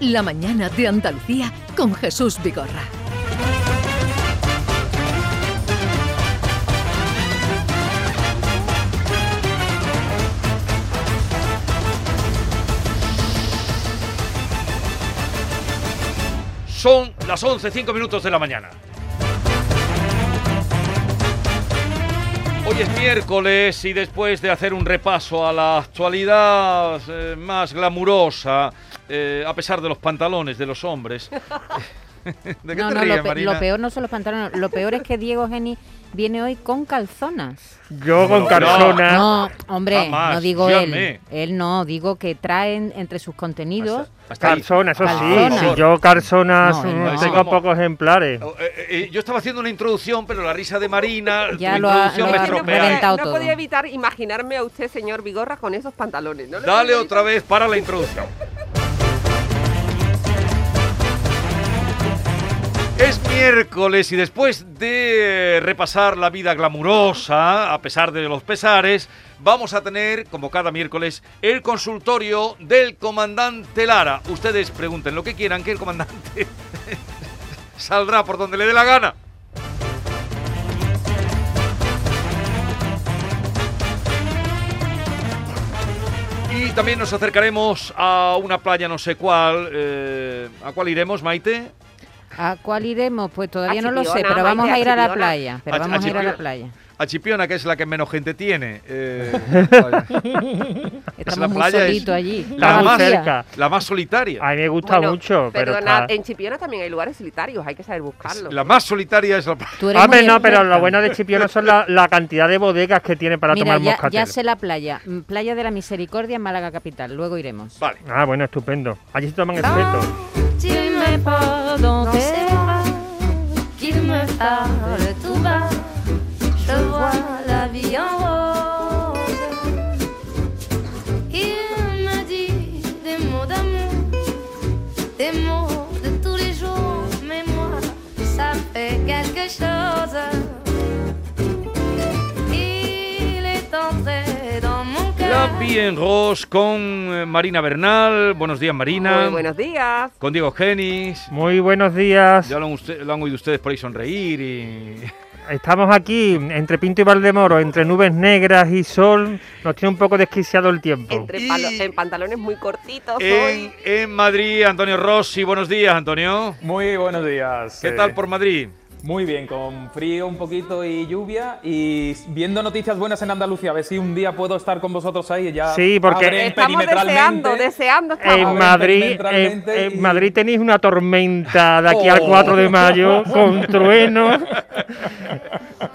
La mañana de Andalucía con Jesús Vigorra. Son las 11, 5 minutos de la mañana. Hoy es miércoles y después de hacer un repaso a la actualidad eh, más glamurosa, eh, a pesar de los pantalones de los hombres. eh, ¿De qué no, te no, ríes, lo, pe- Marina? lo peor no son los pantalones, lo peor es que Diego Geni viene hoy con calzonas. Yo con No, calzona. No, hombre, Jamás, no digo fíjame. él. Él no, digo que traen entre sus contenidos. Hasta ahí. Calzona, eso Calzona. sí. Si yo No, calzonas no. mm, tengo Vamos. pocos ejemplares. Oh, eh, eh, yo estaba haciendo una introducción, pero la risa de Marina, Ya tu lo ha- introducción lo me ha Es que no estropea. podía, reventado no todo. podía evitar imaginarme a usted, señor Vigorra, con esos pantalones. ¿no? Dale otra vez para la introducción. Es miércoles y después de repasar la vida glamurosa, a pesar de los pesares, vamos a tener, como cada miércoles, el consultorio del comandante Lara. Ustedes pregunten lo que quieran, que el comandante saldrá por donde le dé la gana. Y también nos acercaremos a una playa no sé cuál. eh, ¿A cuál iremos, Maite? ¿A cuál iremos? Pues todavía A no lo sé, Chipiona, pero vamos a Maite, ir a a la Chipiona. playa. Pero A- vamos a ir a la Chipiona. playa. A Chipiona, que es la que menos gente tiene. eh, vaya. Estamos muy playa es solitos allí. la, Está muy más, vacía. cerca. la más solitaria. A mí me gusta Bueno, mucho, pero perdonad, eh, está- Ah, en Chipiona también hay lugares solitarios, hay que saber buscarlos. La más solitaria es la playa. Tú eres Hombre, muy no, pero experta. lo bueno de Chipiona son la, la cantidad de bodegas que tiene para Mira, tomar ya, moscatel. ya sé la playa. Mm, Playa de la Misericordia en Málaga Capital. Luego iremos. Vale. Ah, bueno, estupendo. Allí se toman Ah. espeto. Dime pas dans tes bras qu'il me parle tout bas. Je vois la vie en rose. Il me dit des mots d'amour, des mots de tous les jours, mais moi, ça me fait quelque chose. Il est entré dans mon cœur. La Bien Ross con eh, Marina Bernal. Buenos días, Marina. Muy buenos días. Con Diego Genis. Muy buenos días. Ya lo han, usted- lo han oído ustedes por ahí sonreír y. Estamos aquí entre Pinto y Valdemoro, entre nubes negras y sol. Nos tiene un poco desquiciado el tiempo. Entre Y- palo- en pantalones muy cortitos En, hoy. en Madrid, Antonio Rossi. Buenos días, Antonio. Muy buenos días. ¿Qué Eh, tal por Madrid? Muy bien, con frío un poquito y lluvia y viendo noticias buenas en Andalucía. A ver si un día puedo estar con vosotros ahí y ya. Sí, porque- abren Estamos perimetralmente. deseando, deseando. En estamos. ver, Madrid, en, perimetralmente en y- Madrid tenéis una tormenta de aquí al Oh. 4 de mayo con truenos.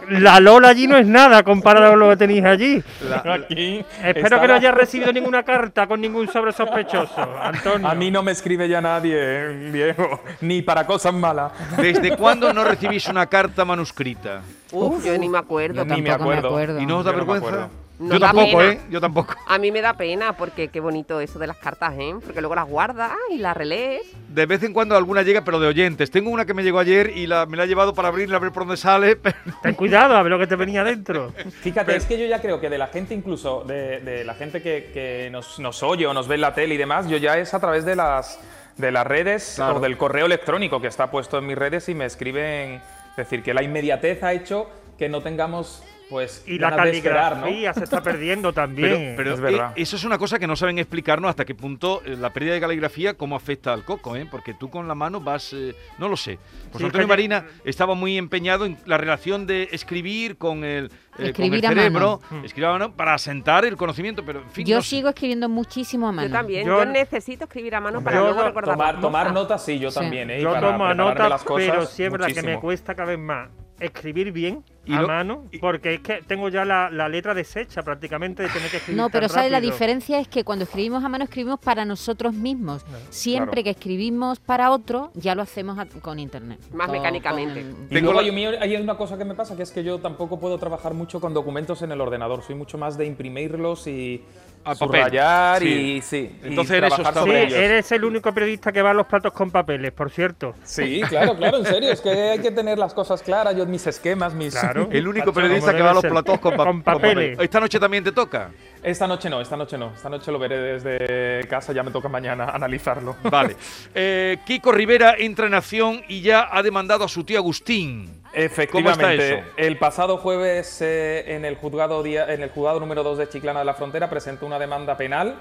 La Lola allí no es nada comparado con lo que tenéis allí. Aquí Espero está que no la- hayas recibido ninguna carta con ningún sobre sospechoso, Antonio. A mí no me escribe ya nadie, eh, viejo, ni para cosas malas. ¿Desde cuándo no recibís una carta manuscrita? Uf, yo ni me acuerdo. Yo Ni me tampoco me acuerdo. acuerdo. ¿Y no os da Yo no me vergüenza? acuerdo. No Yo da tampoco, pena. ¿eh? Yo tampoco. A mí me da pena porque qué bonito eso de las cartas, ¿eh? Porque luego las guardas y las relees. De vez en cuando alguna llega, pero de oyentes. Tengo una que me llegó ayer y la, me la he llevado para abrirla, a ver por dónde sale. pero- Ten cuidado a ver lo que te venía dentro. Fíjate, es que yo ya creo que de la gente, incluso de, de la gente que, que nos, nos oye o nos ve en la tele y demás, yo ya es a través de las, de las redes Claro. o del correo electrónico que está puesto en mis redes y me escriben. Es decir, que la inmediatez ha hecho que no tengamos, pues, Y la ganas de esperar, ¿no? caligrafía se está perdiendo Pero, también. pero, es verdad. eh, eso es una cosa que no saben explicarnos hasta qué punto eh, la pérdida de caligrafía cómo afecta al coco, ¿eh? Porque tú con la mano vas, eh, no lo sé. Pues Sí, Antonio es que- Marina estaba muy empeñado en la relación de escribir con el, eh, con el Escribir a cerebro, mano. escribir a mano para asentar el conocimiento, pero en fin. Yo no sé. sigo escribiendo muchísimo a mano. Yo también. Yo- Yo, necesito escribir a mano para Yo luego no- recordar. Tomar, las tomar cosas. notas, sí, yo Sí. también, ¿eh? Y Yo para tomo prepararme nota, las cosas, pero sí es verdad que me muchísimo. cuesta cada vez más escribir bien Y a lo- mano, y- porque es que tengo ya la, la letra deshecha prácticamente de tener que escribir. No, tan pero ¿sabes? La rápido. diferencia es que cuando escribimos a mano escribimos para nosotros mismos. Siempre claro. que escribimos para otro, ya lo hacemos a- con internet. Más Con- mecánicamente. con- Y Tengo la- luego hay, un- hay una cosa que me pasa, que es que yo tampoco puedo trabajar mucho con documentos en el ordenador. Soy mucho más de imprimirlos y A papel. subrayar Sí. y sí. y Entonces en eso trabajar estamos. Sí, sobre ellos. eres el único periodista que va a los platos con papeles, por cierto. Sí, claro, claro, en serio. Es que hay que tener las cosas claras, yo mis esquemas, mis. Claro. El único Pacho, periodista como que va a debe los ser. platós con, pa- Con con papel. papeles. Esta noche también te toca. Esta noche no, esta noche no. Esta noche lo veré desde casa, ya me toca mañana analizarlo. Vale. Eh, Kiko Rivera entra en acción y ya ha demandado a su tío Agustín. Efectivamente, ¿Cómo está eso? el pasado jueves eh, en el juzgado día- en el juzgado número 2 de Chiclana de la Frontera presentó una demanda penal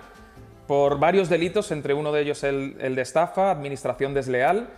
por varios delitos, entre uno de ellos el, el de estafa, administración desleal.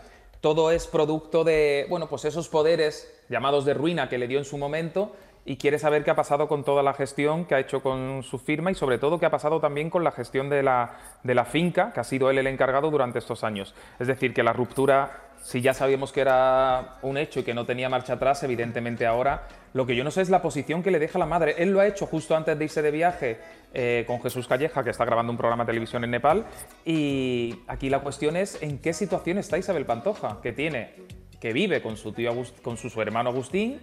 Todo es producto de, bueno, pues esos poderes llamados de ruina que le dio en su momento y quiere saber qué ha pasado con toda la gestión que ha hecho con su firma y sobre todo qué ha pasado también con la gestión de la, de la finca, que ha sido él el encargado durante estos años. Es decir, que la ruptura si ya sabíamos que era un hecho y que no tenía marcha atrás, evidentemente ahora lo que yo no sé es la posición que le deja la madre. Él lo ha hecho justo antes de irse de viaje eh, con Jesús Calleja, que está grabando un programa de televisión en Nepal. Y aquí la cuestión es en qué situación está Isabel Pantoja, que tiene, que vive con su tío Agust- con su, su hermano Agustín.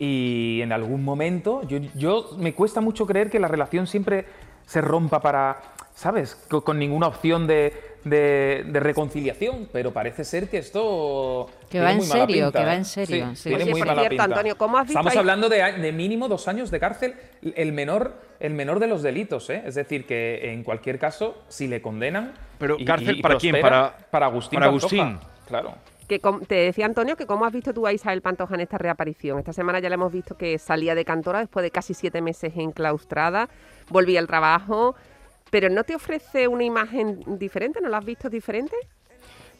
Y en algún momento, yo, yo- me cuesta mucho creer que la relación siempre se rompa para, ¿sabes? Co- Con, ninguna opción de, de- de reconciliación, pero parece ser que esto. Que tiene va en muy mala serio, pinta, que va ¿eh? en serio, sí. tiene Oye, muy por mala cierto, pinta. Antonio, ¿cómo has visto Estamos ahí- hablando de, a- de mínimo dos años de cárcel, el menor, el menor de los delitos, ¿eh? Es decir, que en cualquier caso, si le condenan. Pero, y- ¿cárcel y para quién? prospera, Para- para Agustín. para Pantoja. Agustín. Claro. Que com- te decía Antonio que cómo has visto tú a Isabel Pantoja en esta reaparición. Esta semana ya le hemos visto que salía de cantora después de casi siete meses enclaustrada, volvía al trabajo, pero ¿no te ofrece una imagen diferente? ¿No la has visto diferente?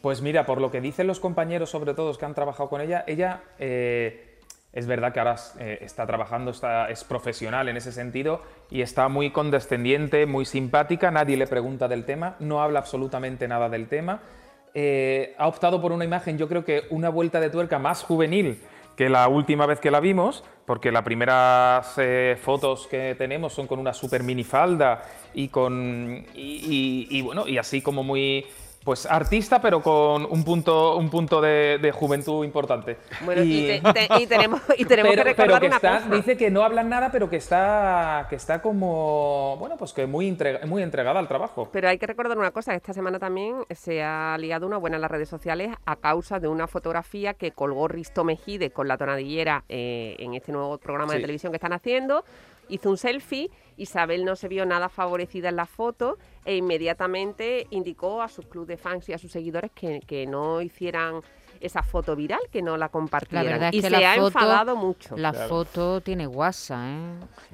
Pues mira, por lo que dicen los compañeros, sobre todo los que han trabajado con ella, ella eh, es verdad que ahora eh, está trabajando, está, es profesional en ese sentido y está muy condescendiente, muy simpática, nadie le pregunta del tema, no habla absolutamente nada del tema. Eh, ha optado por una imagen, yo creo que una vuelta de tuerca más juvenil que la última vez que la vimos, porque las primeras eh, fotos que tenemos son con una super minifalda y con y, y- y bueno y así como muy pues artista pero con un punto un punto de, de juventud importante. Bueno, y, te- te- y tenemos, y tenemos pero, que pero recordar que una está, cosa. dice que no hablan nada, pero que está que está como bueno pues que muy entrega- muy entregada al trabajo. Pero hay que recordar una cosa, esta semana también se ha liado una buena en las redes sociales a causa de una fotografía que colgó Risto Mejide con la tonadillera eh, en este nuevo programa de Sí. televisión que están haciendo. Hizo un selfie, Isabel no se vio nada favorecida en la foto e inmediatamente indicó a sus club de fans y a sus seguidores que, que no hicieran esa foto viral, que no la La compartieran. verdad es y que se la ha foto, enfadado mucho. La foto tiene guasa, ¿eh?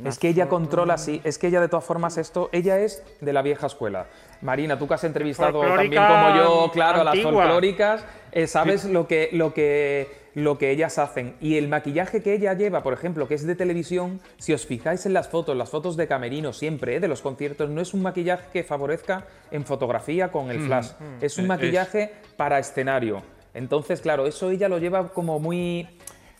La Es que ella foto- controla así, es que ella de todas formas esto, ella es de la vieja escuela. Marina, tú que has entrevistado Folclórica también como yo, claro, a las antigua. folclóricas, eh, sabes lo que lo que lo que ellas hacen y el maquillaje que ella lleva, por ejemplo, que es de televisión, si os fijáis en las fotos, las fotos de camerino siempre, eh, de los conciertos, no es un maquillaje que favorezca en fotografía con el flash, es Eh, un es- maquillaje para escenario. Entonces, claro, eso ella lo lleva como muy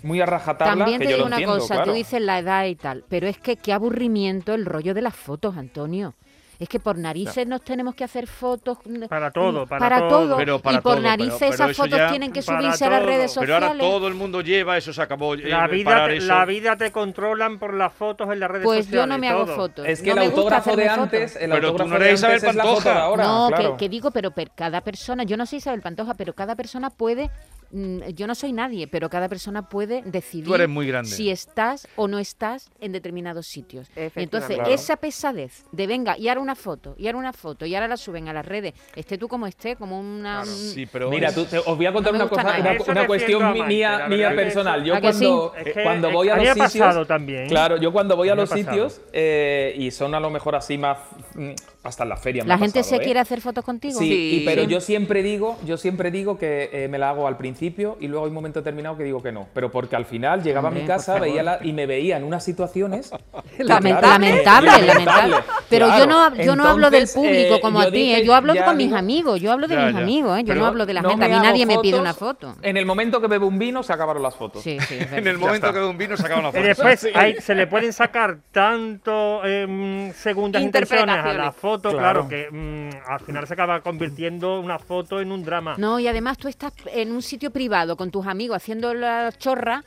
muy a rajatabla, También que te yo digo lo una entiendo, cosa, claro. tú dices la edad y tal, pero es que qué aburrimiento el rollo de las fotos, Antonio. Es que por narices nos tenemos que hacer fotos. mm, Para todo, mm, para para todo. todo. Pero para y por todo, pero- narices pero esas eso fotos ya- tienen que para subirse a las todo. redes Pero sociales. ahora todo el mundo lleva, eso se acabó. eh, La vida, parar te, eso. la vida te controla por las fotos en las redes pues sociales. yo no me hago todo. fotos. Es que no el me gusta autógrafo de hacerme antes, fotos. el Pero tú autógrafo no de eres antes Isabel es la foto de Pantoja. ahora, no, que- claro. que, digo, pero per- cada persona, yo no soy Isabel Pantoja, pero cada persona puede, mm, yo no soy nadie, pero cada persona puede decidir Tú eres muy grande. si estás o no estás en determinados sitios. Y entonces Efectivamente. esa pesadez de venga y ahora una foto, y ahora una foto, y ahora la suben a las redes, esté tú como esté, como una... mm, un- Sí, pero Mira, es- tú, te- os voy a contar No me una gusta cosa, nada. una, Eso una defiendo a cuestión Maite, la mía, verdad mía que personal. eso- Yo ¿A que sí? cuando, Es que, cuando eh, voy a a mí los me ha sitios, pasado también. claro, yo cuando voy a, A mí me los ha pasado. sitios eh, y son a lo mejor así más, mm, hasta en la feria. me La ha gente pasado, se ¿eh? quiere hacer fotos contigo. Sí, y- Sí. pero yo siempre digo, yo siempre digo que eh, me la hago al principio y luego hay un momento determinado que digo que no. Pero porque al final llegaba a mi Hombre, por casa, veía la- y me veía en unas situaciones Lame- Claro, lamentable, lamentable. Pero yo no, hab- yo no hablo del Entonces, público eh, como yo a ti, dije- ¿eh? yo hablo ya con mis digo- amigos, yo hablo de Ya, mis ya. amigos, ¿eh? yo Pero no hablo de la no gente, a me mí hago nadie me pide fotos. una foto. En el momento que bebo un vino se acabaron las fotos. Sí, sí, es en el verdad. momento que de un vino sacaban la Y foto. después hay- se le pueden sacar tanto em, segundas intenciones a la Interpretaciones. foto, claro, Claro. que mm, al final se acaba convirtiendo una foto en un drama. No, y además tú estás en un sitio privado con tus amigos haciendo la chorra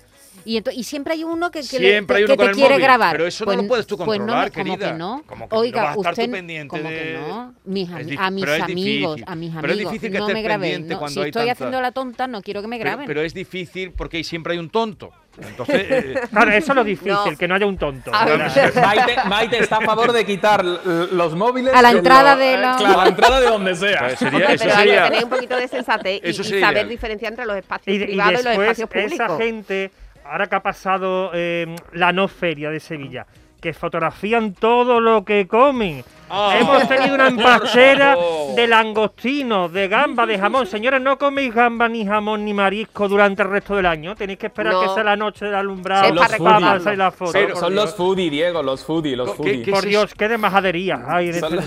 Y, ento- y siempre hay uno que, que le- Siempre hay que uno con te el quiere móvil, grabar. pero eso no lo puedes tú pues no, controlar, como querida. Que no. Como que Oiga, no vas a estar usted, tú pendiente como que de- no. Mis ami- Es dif- a mis pero es amigos, difícil. a mis Pero es amigos, difícil que no estés me grabéis. pendiente no, cuando si hay estoy tanta- haciendo la tonta, no quiero que me Pero, graben. pero es difícil porque siempre hay un tonto. Entonces, eh, Claro, eso es lo difícil, No. que no haya un tonto. A ver. Claro. Maite, Maite está a favor de quitar l- los móviles. A la en entrada de la- Claro, a la entrada de donde sea. pues sería- Hombre, eso pero hay que sería- tener un poquito de sensatez y, Eso y sería saber ideal. diferenciar entre los espacios Y, de- y privados y los después espacios esa públicos. gente, ahora que ha pasado eh, la no feria de Sevilla, que fotografían todo lo que comen. Ah, Hemos tenido una empachera favor. de langostinos, de gamba, de jamón. Señores, no coméis gamba, ni jamón, ni marisco durante el resto del año. Tenéis que esperar No. que sea la noche del alumbrado Es para para recordarlo. pasar la foto. Son- Pero- por son Dios. los foodie, Diego, los foodie, los ¿Qué- foodie. qué- Por es Dios, qué de majadería. hay de- este Son los-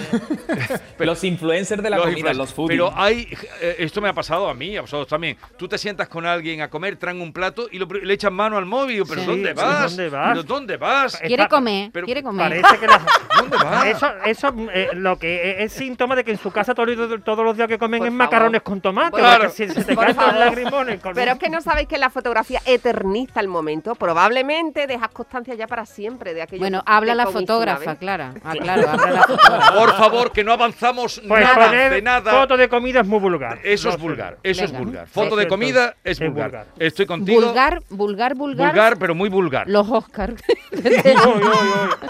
los influencers de la los comida, influencers. los foodie. Pero hay, eh, esto me ha pasado a mí, a vosotros también. Tú te sientas con alguien a comer, traen un plato y lo pri- le echan mano al móvil. Pero Sí, ¿dónde sí, vas? ¿dónde vas? ¿Pero ¿Dónde vas? Eh, Quiere está- comer, pero quiere comer. Parece que las- ¿Dónde vas? Ah, Eso, eso eh, lo que es, es síntoma de que en su casa todo- todos, los días que comen Por es favor. macarrones con tomate. Por- porque si se te por caen los favor. lagrimones. con- Pero es que no sabéis que la fotografía eterniza el momento. Probablemente dejas constancia ya para siempre de aquello. Bueno, que habla la comiste una fotógrafa, vez. Clara. Ah, claro, habla la fotógrafa. Por favor, que no avanzamos Pues nada poner de nada. foto de comida es muy vulgar. Eso Ah, No es sé. vulgar, eso es Venga. vulgar. Foto de Perfecto. comida es Es vulgar. vulgar. Estoy contigo. Vulgar, vulgar, vulgar. vulgar, pero muy vulgar. Los Oscars. Oy, oy, oy.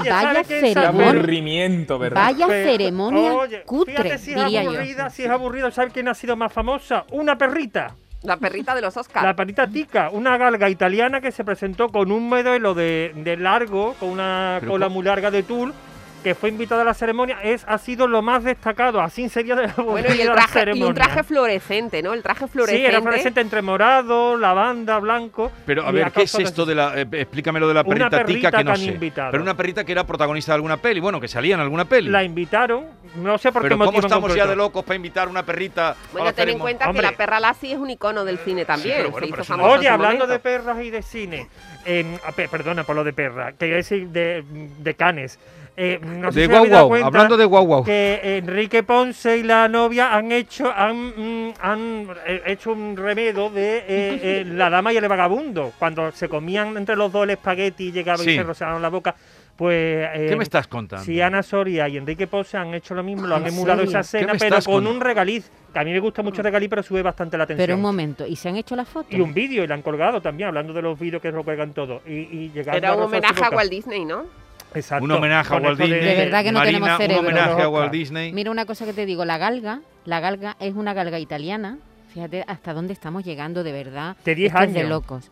Oye, Vaya ¿sabes qué? Qué Pero- aburrimiento, ¿verdad? Vaya Pero- ceremonia oye, cutre, fíjate si es diría yo. aburrida, si es aburrido. ¿Sabes quién ha sido más famosa? Una perrita. La perrita de los Oscars. La perrita tica, una galga italiana que se presentó con un modelo de, de largo, con una Pero cola ¿cómo? muy larga de tul, que fue invitada a la ceremonia, es, ha sido lo más destacado. Así sería de la Bueno, y, de el la traje, y ceremonia. un traje fluorescente, ¿no? El traje Sí, fluorescente. era fluorescente entre morado, lavanda, blanco. Pero a y ver, la ¿qué es causa- esto de la. eh, explícamelo de la perrita, Una tica perrita que que no han sé. invitado. Pero una perrita que era protagonista de alguna peli, bueno, que salía en alguna peli. La invitaron, no sé por pero qué motivo ¿cómo en estamos ya concreto. de locos para invitar una perrita a Bueno, la ten en ceremo- cuenta Hombre. que la perra Lassie es un icono del cine también. pero bueno, se pero hizo eso no- famosa en Oye, su hablando momento. de perras y de cine, eh, a pe- perdona por lo de perra, quería decir de, de canes. Eh, no sé De si habéis guau dado guau, cuenta hablando de guau guau. Que eh, Enrique Ponce y la novia han hecho, han, mm, han eh, hecho un remedo de eh, eh, La Dama y el Vagabundo. Cuando se comían entre los dos el espagueti y llegaba Sí. y se rozaron la boca. Pues, ¿Qué eh, me estás contando? Ah, Sí, Ana Soria y Enrique Ponce han hecho lo mismo, lo han ¿En emulado serio? esa escena, me pero estás con contando? un regaliz. Que a mí me gusta mucho el regaliz, pero sube bastante la atención. Pero un momento, ¿y se han hecho las fotos? Y un vídeo, y la han colgado también, hablando de los vídeos que lo cuelgan todo. Y, y llegando Era a un rozar su homenaje a boca. Walt Disney, ¿no? Exacto. Un homenaje a Con Walt esto Disney. De verdad que no Marina, tenemos cerebro. Un homenaje a Walt Loca. Disney. Mira una cosa que te digo, la galga, la galga es una galga italiana. Fíjate hasta dónde estamos llegando de verdad. De 10 Esto es de años. locos.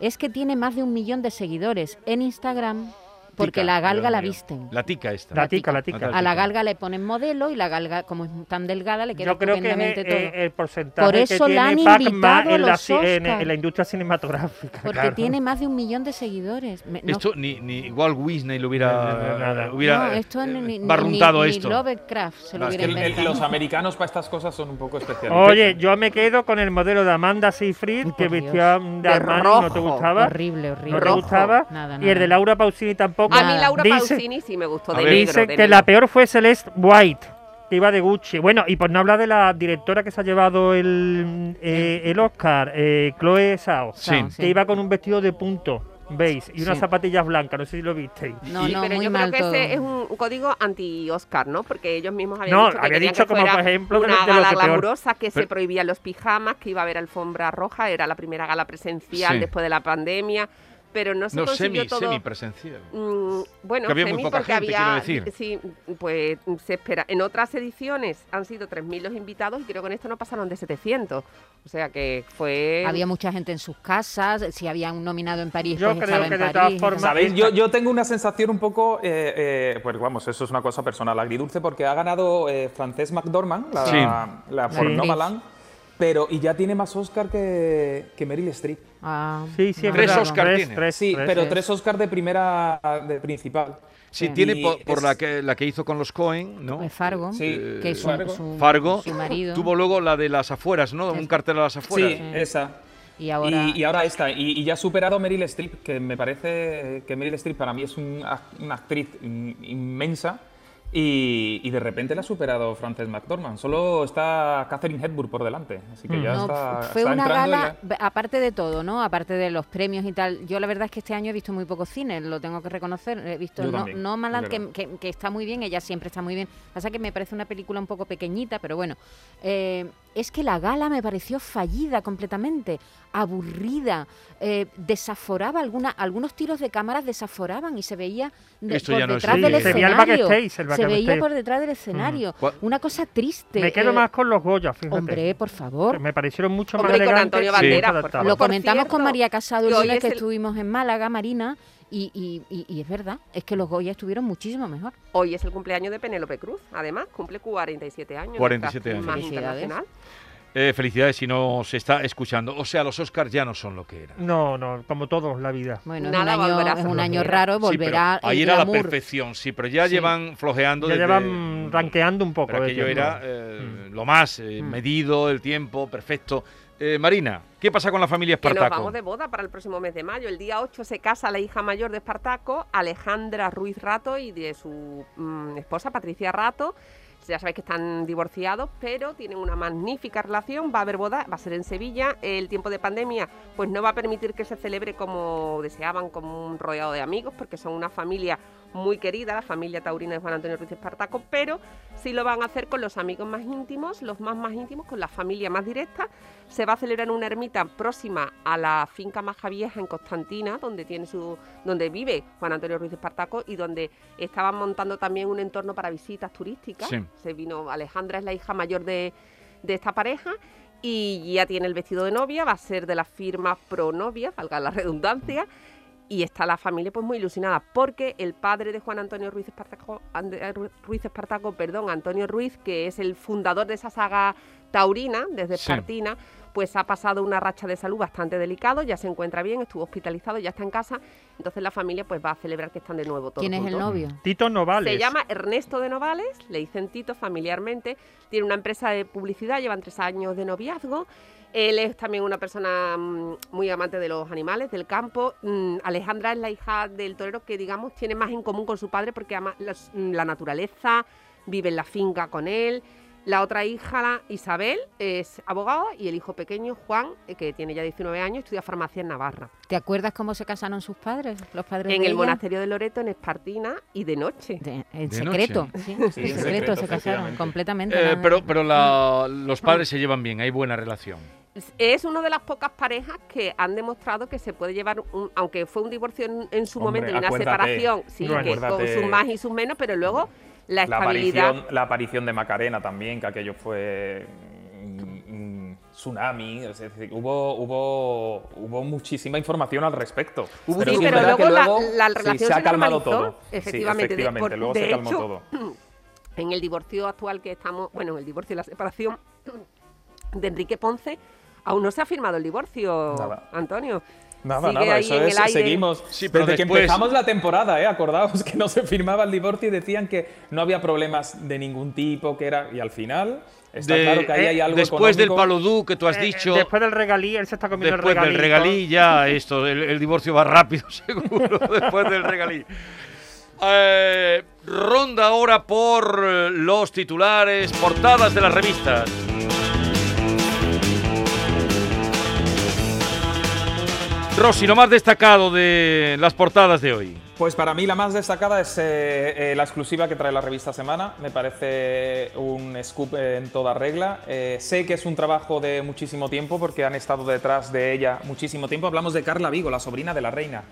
Es que tiene más de un millón de seguidores en Instagram porque Tica, la galga Dios la mío. visten. La tica esta. La tica, la tica. Natal. a la tica. galga le ponen modelo y la galga, como es tan delgada, le queda Yo creo que es estupendamente eh, todo. el porcentaje Por eso que la han tiene Pacma invitado a en, la, los ci- en- Oscar. en la industria cinematográfica. porque Ah, claro. tiene más de un millón de seguidores. Me- no- Esto ni, ni Walt Disney lo No, no, no, hubiera, nada. hubiera no, esto eh, ni- ni, ni- barruntado ni esto. Lovecraft se lo No, es hubiera Es que el- el- inventado. los americanos para estas cosas son un poco especiales. Oye, yo me quedo con el modelo de Amanda Seyfried, Uy, por que Dios. vestía de De Armani, ¿no te rojo. gustaba? Horrible, horrible. ¿No te Rojo. gustaba? Nada, Y el de nada. Laura Pausini tampoco. A mí Laura Dice- Pausini sí me gustó, A de ver. negro. Dicen de que negro. la peor fue Celeste White, que iba de Gucci. Bueno, y por no hablar de la directora que se ha llevado el, eh, el Oscar, eh, Chloe Zhao, Sí. Claro, que iba con un vestido de punto, ¿veis? Y unas Sí. zapatillas blancas, no sé si lo visteis. No, Sí, no, pero muy yo mal creo que todo. ese es un un código anti-Oscar, ¿no? Porque ellos mismos habían No, dicho que había querían dicho que como, fuera por ejemplo, de lo- una de lo gala que peor. glamurosa que se Pero- prohibían los pijamas, que iba a haber alfombra roja, era la primera gala presencial Sí. después de la pandemia, pero no se No, consiguió semi, todo. semipresencial. Mm, bueno, Que había muy semi poca porque gente, había, quiero decir. sí, pues se espera. En otras ediciones han sido 3.000 los invitados y creo que en esto no pasaron de 700. O sea que fue Había mucha gente en sus casas, si habían nominado en París, Yo pues creo estaba que en de París. todas y formas- tal. ¿Sabéis? Yo, yo tengo una sensación un poco, eh, eh, pues vamos, eso es una cosa personal, agridulce, porque ha ganado eh, Frances McDormand, la, Sí. la por Sí. Nomadland, pero y ya tiene más Oscar que, que Meryl Streep. Ah, Sí, sí, es Tres verdad. Oscar tiene. Sí, pero tres. tres Oscar de primera, de principal. Sí, Sí. tiene Y po- por, es- la, que, la que hizo con los Cohen, ¿no? Es Fargo, Sí, que es su, Fargo. su- Fargo. su marido. Tuvo luego la de las afueras, ¿no? Un cartel a las afueras. Sí, esa. Y ahora. Y, y ahora esta, y, y ya ha superado a Meryl Streep, que me parece que Meryl Streep para mí es un ac- una actriz in- inmensa Y, y de repente la ha superado Frances McDormand. Solo está Catherine Hepburn por delante. Así que ya No, está. fue está una entrando y gala, ya- b- aparte de todo, ¿no? Aparte de los premios y tal. Yo la verdad es que este año he visto muy pocos cines, lo tengo que reconocer. He visto Yo No, también, no es Malan, que, verdad. que- que está muy bien, ella siempre está muy bien. Pasa que me parece una película un poco pequeñita, pero bueno. Eh, es que la gala me pareció fallida completamente, aburrida, eh, desaforaba, alguna, algunos tiros de cámara desaforaban y se veía de- Esto por ya no detrás existe. del Se veía el escenario. backstage, el se veía backstage. por detrás del escenario. Cua- Una cosa triste. Me quedo eh, más con los Goya, fíjate. Hombre, por favor. me parecieron mucho más Hombre, y con elegantes. Antonio y más Banderas, por adaptados. favor. Lo comentamos cierto, con María Casado el que hoy lunes es que el- estuvimos en Málaga, Marina, y, y- y- y es verdad, es que los Goya estuvieron muchísimo mejor. Hoy es el cumpleaños de Penélope Cruz, además, cumple 47 años. 47 nuestra actriz años. Más Felicidades. internacional. Eh, felicidades si nos está escuchando. O sea, los Oscars ya no son lo que eran. No, no, como todos, la vida. Bueno, Nada es un volverá a año, ser es un lo que año era. raro, Sí, pero volverá ahí el era la glamour. perfección, sí, pero ya Sí. llevan flojeando. Ya desde- llevan ranqueando un poco. Mm. Pero de aquello tiempo. era eh, lo más eh, Mm. medido, el tiempo perfecto. Eh, Marina, ¿qué pasa con la familia Que nos Espartaco? vamos de boda para el próximo mes de mayo. El día 8 se casa la hija mayor de Espartaco, Alejandra Ruiz Rato, y de su mm, esposa Patricia Rato. Ya sabéis que están divorciados, pero tienen una magnífica relación. Va a haber boda, va a ser en Sevilla. El tiempo de pandemia pues no va a permitir que se celebre como deseaban, como un rodeado de amigos, porque son una familia muy querida, la familia taurina de Juan Antonio Ruiz Espartaco, pero sí lo van a hacer con los amigos más íntimos, los más más íntimos, con la familia más directa. Se va a celebrar en una ermita próxima a la finca Maja Vieja en Constantina, donde tiene su, donde vive Juan Antonio Ruiz Espartaco y donde estaban montando también un entorno para visitas turísticas. Sí. Se vino Alejandra es la hija mayor de, de esta pareja. Y ya tiene el vestido de novia, va a ser de la firma Pro Novia, valga la redundancia, y está la familia pues muy ilusionada porque el padre de Juan Antonio Ruiz Espartaco, Ande- eh, Ru- Ruiz Espartaco, perdón, Antonio Ruiz, que es el fundador de esa saga taurina desde Sí. Espartina, pues ha pasado una racha de salud bastante delicado, ya se encuentra bien, estuvo hospitalizado, ya está en casa, entonces la familia pues va a celebrar que están de nuevo todos ¿Quién es el juntos. novio? Tito Novales. Se llama Ernesto de Novales, le dicen Tito familiarmente, tiene una empresa de publicidad, llevan tres años de noviazgo. Él es también una persona mm, muy amante de los animales, del campo. Mm, Alejandra es la hija del torero que, digamos, tiene más en común con su padre porque ama las- mm, la naturaleza, vive en la finca con él. La otra hija, la Isabel, es abogada y el hijo pequeño, Juan, eh, que tiene ya 19 años, estudia farmacia en Navarra. ¿Te acuerdas cómo se casaron sus padres? Los padres En de el ella? monasterio de Loreto, en Espartina y de noche. De- en De secreto, sí, en en secreto, secreto, se casaron efectivamente. completamente. Eh, nada- pero pero la- los padres se llevan bien, hay buena relación. Es una de las pocas parejas que han demostrado que se puede llevar, un- aunque fue un divorcio en, en su Hombre, momento y una acuérdate, separación, sí, Rubén. que con Acuérdate. sus más y sus menos, pero luego la La estabilidad. aparición, la aparición de Macarena también, que aquello fue mm, mm, tsunami, es decir, hubo, hubo, hubo muchísima información al respecto. Sí, es pero verdad que luego la- la relación sí, se, se ha calmado normalizó, todo. Sí, efectivamente, de- efectivamente, por- luego de se calmó hecho, todo. En el divorcio actual que estamos, bueno, en el divorcio y la separación de Enrique Ponce, aún no se ha firmado el divorcio, Nada. Antonio. Nada, Sigue nada, ahí eso en es, el aire. seguimos. Sí, pero Desde después- que empezamos la temporada, ¿eh? acordaos que no se firmaba el divorcio y decían que no había problemas de ningún tipo, que era... Y al final, está De- claro que ahí eh, hay algo Después del económico. paludú que tú has Eh, eh, dicho, Después del regalí, él se está comiendo después el regalí. del regalí ya esto, el, el divorcio va rápido seguro, después del regalí. Eh, ronda ahora por eh, los titulares, portadas de las revistas. Rosy, lo más destacado de las portadas de hoy. Pues para mí la más destacada es eh, eh, la exclusiva que trae la revista Semana. Me parece un scoop eh, en toda regla. Eh, sé que es un trabajo de muchísimo tiempo porque han estado detrás de ella muchísimo tiempo. Hablamos de Carla Vigo, la sobrina de la reina.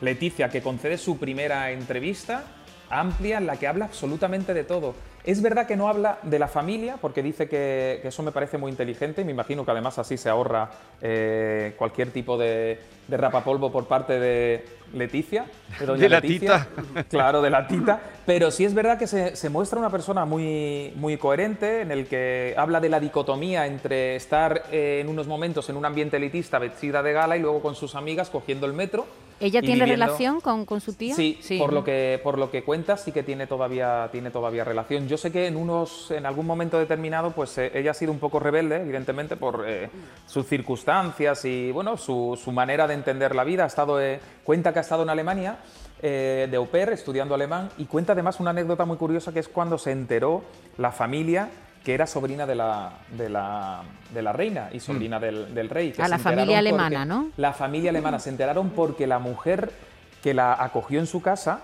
Leticia, que concede su primera entrevista amplia en la que habla absolutamente de todo. Es verdad que no habla de la familia porque dice que, que eso me parece muy inteligente y me imagino que además así se ahorra eh, cualquier tipo de, de rapapolvo por parte de Leticia. De, doña De la Leticia. Claro, de la tita. Pero sí es verdad que se, se muestra una persona muy, muy coherente, en el que habla de la dicotomía entre estar eh, en unos momentos en un ambiente elitista vestida de gala y luego con sus amigas cogiendo el metro. ¿Ella y tiene viviendo- relación con, con su tía? Sí, por ¿no? lo que por lo que cuenta sí que tiene todavía tiene todavía relación. Yo sé que en unos en algún momento determinado pues eh, ella ha sido un poco rebelde, evidentemente por eh, sus circunstancias y bueno, su, su manera de entender la vida. Ha estado eh, cuenta que ha estado en Alemania eh, de au pair, estudiando alemán, y cuenta además una anécdota muy curiosa que es cuando se enteró la familia que era sobrina de la, de la, de la reina y sobrina del, del rey. que Mm. A se la familia enteraron alemana, porque- ¿no? La familia alemana se enteraron porque la mujer que la acogió en su casa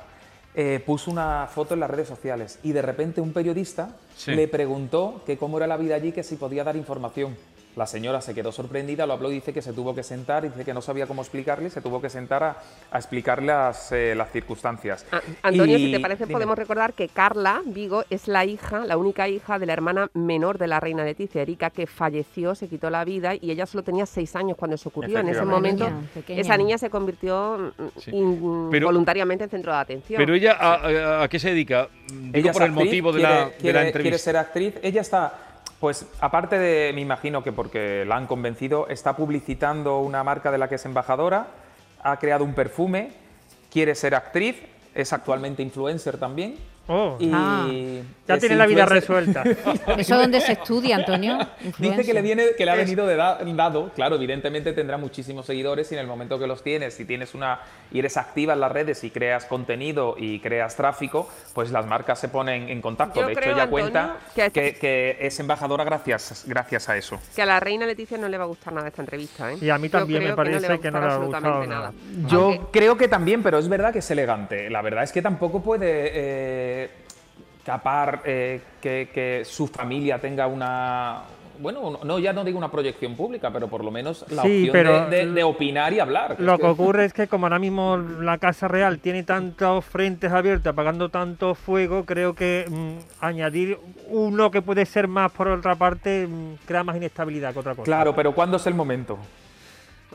eh, puso una foto en las redes sociales y de repente un periodista Sí. le preguntó que cómo era la vida allí, que si podía dar información. La señora se quedó sorprendida, lo habló, dice que se tuvo que sentar, dice que no sabía cómo explicarle, y se tuvo que sentar a, a explicar las, eh, las circunstancias. A- Ah, Antonio, si Y- te parece, dime. podemos recordar que Carla Vigo es la hija, la única hija de la hermana menor de la reina Leticia, Erika, que falleció, se quitó la vida y ella solo tenía seis años cuando eso ocurrió. En ese Efectivamente. momento, Una niña, pequeña. esa niña se convirtió mm, Sí. in- Pero- voluntariamente en centro de atención. Pero ella, ¿a, a- a qué se dedica? Digo Ella es por el actriz, motivo de, quiere- la, de quiere- la Quiere entrevista. ser actriz. Ella está, pues aparte de, me imagino que porque la han convencido, está publicitando una marca de la que es embajadora, ha creado un perfume, quiere ser actriz, es actualmente influencer también. Oh, Y Ah. ya es tiene la vida resuelta. influencer- ¿Eso dónde se estudia, Antonio? Dice que le, Influencer. viene, que le ha venido de da- dado, claro, evidentemente tendrá muchísimos seguidores y en el momento que los tienes, si tienes una y eres activa en las redes y creas contenido y creas tráfico, pues las marcas se ponen en contacto. Yo de hecho, creo, ella Antonio, cuenta que- que, que es embajadora gracias, gracias a eso. Que a la reina Leticia no le va a gustar nada esta entrevista. ¿eh? Y a mí Yo también me creo parece que no le gustar ha gustado absolutamente nada. Yo Aunque- creo que también, pero es verdad que es elegante. La verdad es que tampoco puede eh, capar eh, que, que su familia tenga una. Bueno, no, ya no digo una proyección pública, pero por lo menos la Sí, opción pero- de, de- de opinar y hablar. Lo que ocurre es que como ahora mismo la Casa Real tiene tantos frentes abiertos, apagando tanto fuego, creo que mm, añadir uno que puede ser más por otra parte mm, crea más inestabilidad que otra cosa. Claro, pero ¿cuándo es el momento?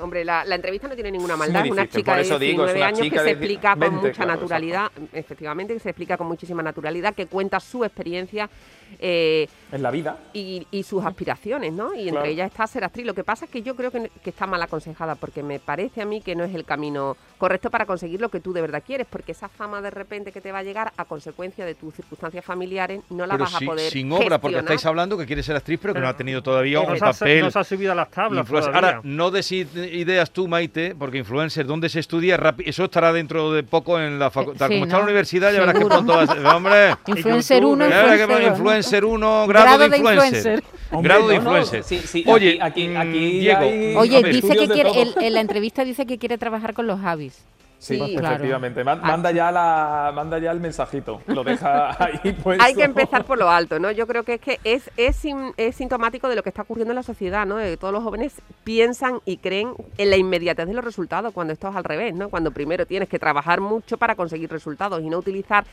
Hombre, la, la entrevista no tiene ninguna muy maldad. Es una difícil, chica por de eso 19 digo, es una años chica que se de explica con 20, mucha claro, naturalidad, efectivamente, que se explica con muchísima naturalidad, que cuenta su experiencia eh, En la vida. y, y sus aspiraciones, ¿no? Y entre Claro. ellas está ser actriz. Lo que pasa es que yo creo que, que está mal aconsejada, porque me parece a mí que no es el camino correcto para conseguir lo que tú de verdad quieres, porque esa fama de repente que te va a llegar a consecuencia de tus circunstancias familiares no la Pero vas si- a poder sin obra, porque gestionar. estáis hablando que quiere ser actriz, pero que no ha tenido todavía No un se ha- papel. no se ha subido a las tablas Influencer. todavía. Ahora, no des id- ideas tú, Maite, porque influencer, ¿dónde se estudia? Rapi- Eso estará dentro de poco en la facultad. Eh, sí, Como está ¿no? la universidad, ya verás que Seguro. pronto va a ser- Hombre, Influencer YouTube, 1, ¿eh? ya verás que influencer pone 2. influencer 1, grado, de influencer. Hombre, grado de no, no, influencer. sí, sí, Oye, aquí- mm, aquí- aquí Diego, hay- a Oye, ver, dice estudios que de quiere, todo. el- en la entrevista dice que quiere trabajar con los Javis. Sí, Sí, claro. efectivamente. Man- Ah. Manda, ya la, manda ya el mensajito. Lo deja ahí puesto. Hay que empezar por lo alto, ¿no? Yo creo que es que es, es, sin- es sintomático de lo que está ocurriendo en la sociedad, ¿no? De que todos los jóvenes piensan y creen en la inmediatez de los resultados, cuando esto es al revés, ¿no? Cuando primero tienes que trabajar mucho para conseguir resultados y no utilizar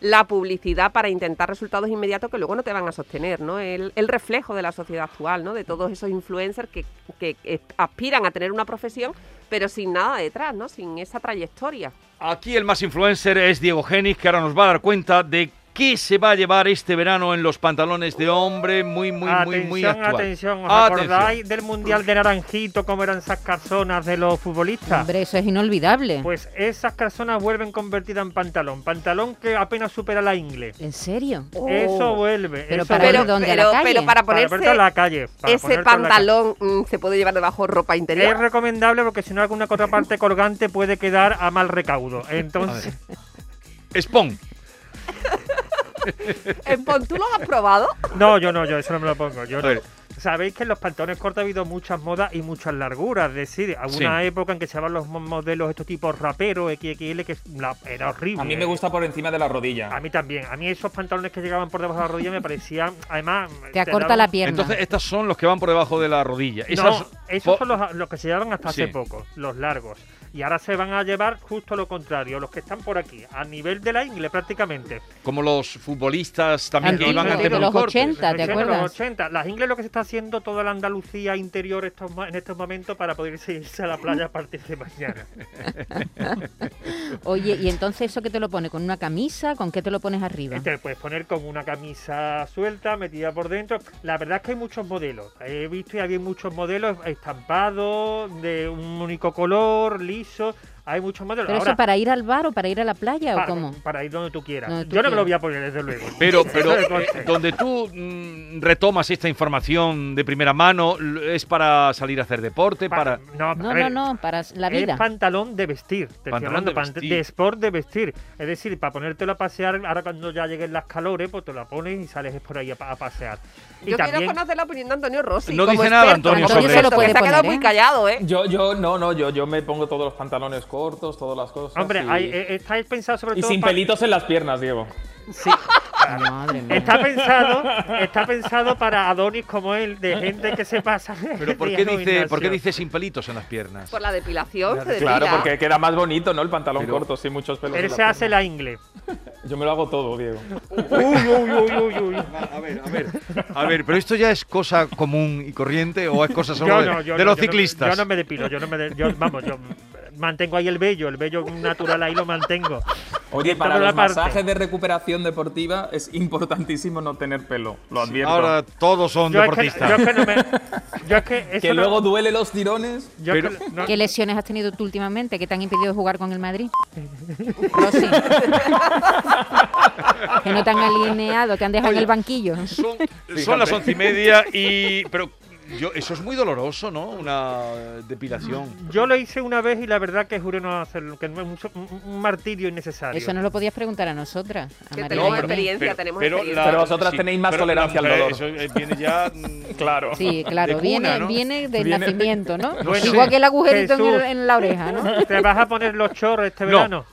la publicidad para intentar resultados inmediatos que luego no te van a sostener, ¿no? El, el reflejo de la sociedad actual, ¿no? De todos esos influencers que, que eh, aspiran a tener una profesión, pero sin nada detrás, ¿no? Sin esa trayectoria. Aquí el más influencer es Diego Genis, que ahora nos va a dar cuenta de qué se va a llevar este verano en los pantalones de hombre muy, muy, muy, atención, muy actual. atención, ¿os Atención. acordáis del Mundial de Naranjito, cómo eran esas calzonas de los futbolistas? Hombre, eso es inolvidable. Pues esas calzonas vuelven convertidas en pantalón, pantalón que apenas supera la ingle. ¿En serio? Eso vuelve. Oh. Pero eso para vuelve. ir donde a la pero, calle. pero para Para ponerse ponerte a la calle. para ese ponerte a la calle. pantalón mm, se puede llevar debajo ropa Es interior. recomendable porque si no alguna otra parte colgante puede quedar a mal recaudo. Entonces, Spon. En Pon, ¿tú lo has probado? no, yo no, yo eso no me lo pongo. Yo A no. ver. Sabéis que en los pantalones cortos ha habido muchas modas y muchas larguras. Es decir, hubo Sí. una época en que se daban los mo- modelos estos tipos raperos, XXL, que la- era horrible. A mí me gusta por encima de la rodilla. A mí también. A mí esos pantalones que llegaban por debajo de la rodilla me parecían, además... Te acorta la daban- pierna. Entonces, estas son los que van por debajo de la rodilla. No, Esas- esos po- son los, los que se llevaban hasta Sí. hace poco, los largos. Y ahora se van a llevar justo lo contrario, los que están por aquí, a nivel de la ingle prácticamente. Como los futbolistas también que Antiguo, iban antes de muy los cortos. 80, ¿te Los acuerdas? Los 80. Las ingles lo que se está haciendo toda la Andalucía interior estos, mo- en estos momentos para poder irse a la playa a partir de mañana. Oye, ¿y entonces eso qué te lo pone? ¿Con una camisa? ¿Con qué te lo pones arriba? Y Te puedes poner con una camisa suelta, metida por dentro. La verdad es que hay muchos modelos. He visto y había muchos modelos estampados, de un único color, liso. Hay muchos modelos. ¿Pero eso Ahora, para ir al bar o para ir a la playa o para- cómo? Para ir donde tú quieras. Donde tú Yo no me lo quieras. voy a poner, desde luego. Pero, Eso pero de eh, coste. donde tú mm, retomas esta información de primera mano, l- ¿es para salir a hacer deporte? Para... No, a No, ver, no, no, para la Es vida. pantalón de vestir. Te Pantalón estoy hablando de pant- de, vestir. sport de vestir. Es decir, para ponértelo a pasear, ahora cuando ya lleguen las calores, pues te la pones y sales por ahí a, pa- a pasear. Y Yo también, quiero conocer la opinión de Antonio Rossi. No como dice nada, experto, Antonio, como sobre experto, esto. que se ha Puede quedado poner, muy ¿eh? callado, ¿eh? Yo, yo, no, no, yo, yo me pongo todos los pantalones cortos, todas las cosas. hombre, y, hay- eh, está pensado sobre y todo sin pa- pelitos en las piernas, Diego. Madre mía. Está pensado, está pensado para Adonis como él, de gente que se pasa. Pero ¿por qué, días en dice, ¿por qué gimnasio. dice sin pelitos en las piernas? Por la depilación, se Claro, depila. porque queda más bonito, ¿no? El pantalón Pero- corto, sin muchos pelos. en Él las se hace piernas. la ingle. Yo me lo hago todo, Diego. Uy, uy, uy, uy, uy. A ver, a ver. A ver, pero esto ya es cosa común y corriente o es cosa solo Yo de, no, yo de no, los yo no- ciclistas. yo no me depilo, yo no me de- yo- vamos, yo mantengo ahí el vello, el vello natural ahí lo mantengo. Oye, para toda los la parte. masajes de recuperación deportiva es importantísimo no tener pelo. Lo advierto. Ahora todos son Yo es, que, deportistas. yo es que no me. Yo es que eso que no- luego duele los tirones. yo es que no- ¿Qué lesiones has tenido tú últimamente que te han impedido jugar con el Madrid? Rosy. que no te han alineado, te han dejado en el banquillo. Son, son las once y media y. Pero yo, eso es muy doloroso, ¿no? Una depilación. yo lo hice una vez y la verdad que juré no hacerlo, que no es mucho- un, un martirio innecesario. Eso no lo podías preguntar a nosotras. A Que María y tenemos a mí. experiencia. tenemos experiencia. Pero vosotras tenéis más pero la tolerancia al mujer, dolor. Eso eh, viene ya. mm, Claro. Sí, claro, De viene, cuna, ¿no? viene del Viene- nacimiento, ¿no? sé. Igual que el agujerito en, el- Jesús. en la oreja, ¿no? ¿Te vas a poner los chorros este No. verano?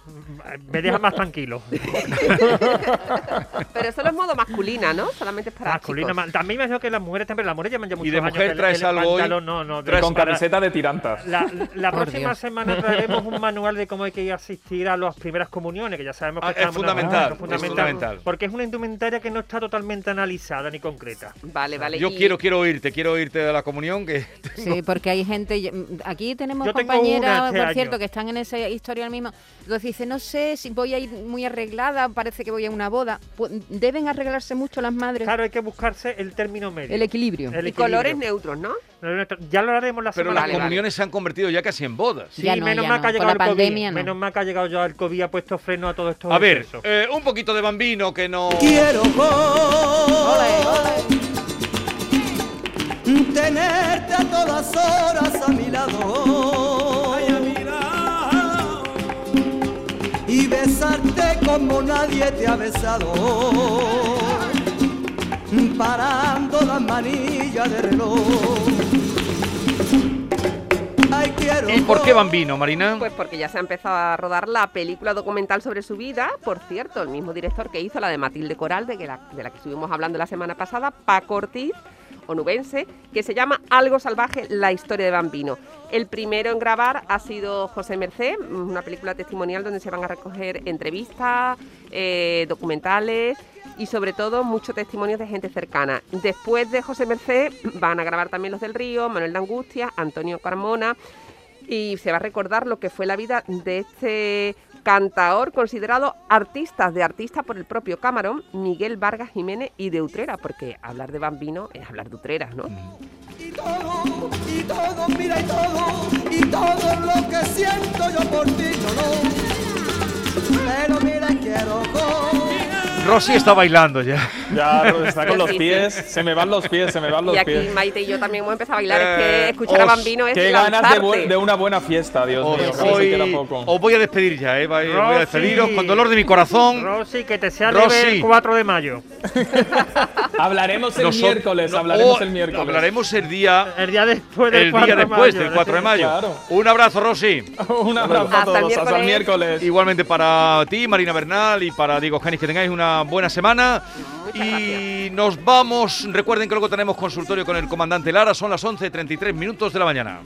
Me deja más tranquilo. Pero solo es modo masculina, ¿no? Solamente es para Masculino, chicos. Ah, ma- También me imagino que las mujeres también, las mujeres llevan ya muchos de años mujer que el- traes el algo hoy? pantalón, no, no, Traes- de- Con para- camiseta de tirantas. La, la Por próxima Dios. semana traeremos un manual de cómo hay que asistir a las primeras comuniones, que ya sabemos que Ah, es estamos- fundamental, Ah, es fundamental. Porque es una indumentaria que no está totalmente analizada ni concreta. Vale, vale. Yo y- quiero, quiero oírte, quiero oírte de la comunión que. Sí, porque hay gente. yo- mm, Aquí tenemos Yo tengo una compañeras, este por año. cierto, que están en esa historia al mismo. Entonces dice, no sé si voy a ir muy arreglada, parece que voy a una boda. Pu- Deben arreglarse mucho las madres. Claro, hay que buscarse el término medio. El equilibrio. el Y colores equilibrio. neutros, ¿no? Ya lo haremos la Pero las semana que vale. viene. comuniones se han convertido ya casi en bodas. Sí, Ya no, menos ya mal no. que ha Con llegado la el COVID. pandemia, no. Menos mal que ha llegado ya el COVID, ha puesto freno a todo esto. A ver, eh, un poquito de bambino que no. Quiero hoy tenerte a todas horas a mi lado y besarte como nadie te ha besado, parando las manillas de reloj. Ay, quiero ¿Y por qué hoy bambino, Marina? Pues porque ya se ha empezado a rodar la película documental sobre su vida. Por cierto, el mismo director que hizo la de Matilde Coral, de, que la, de la que estuvimos hablando la semana pasada, Paco Ortiz, onubense, que se llama Algo Salvaje, la historia de Bambino. El primero en grabar ha sido José Mercé, una película testimonial donde se van a recoger entrevistas, eh, documentales y sobre todo muchos testimonios de gente cercana. Después de José Mercé van a grabar también los del Río, Manuel de Angustia, Antonio Carmona, y se va a recordar lo que fue la vida de este cantaor considerado artista de artista por el propio Camarón, Miguel Vargas Jiménez y de Utrera, porque hablar de Bambino es hablar de Utrera, ¿no? Y todo, y todo, mira y todo, y todo lo que siento yo por ti, yo no. Pero mira, quiero con Rosy está bailando ya. Ya pues, está con los Sí, sí. pies. Se me van los pies, se me van los Y aquí pies. Maite y yo también hemos empezado a bailar, es Eh, que escuchar a os- Bambino es Qué ganas de, bu- lanzarte. de una buena fiesta, Dios Os, mío. que no se queda voy, poco. os voy a despedir ya, ¿eh? Voy voy a Rosy. despediros con dolor de mi corazón. Rosy, que te sea eh, Rosy. libre el 4 de mayo. Hablaremos el Nosot- miércoles, no, hablaremos o- el miércoles. Hablaremos el día, El día después del el 4 día de después mayo, del 4 de decir, mayo. ¿eh? Claro. Un abrazo, Rosy. Un abrazo Hasta a el todos, hasta miércoles. el miércoles. Igualmente para ti, Marina Bernal, y para Diego Genis, que tengáis una buena semana. Y nos vamos. Recuerden que luego tenemos consultorio con el comandante Lara. Son las 11.33 minutos de la mañana.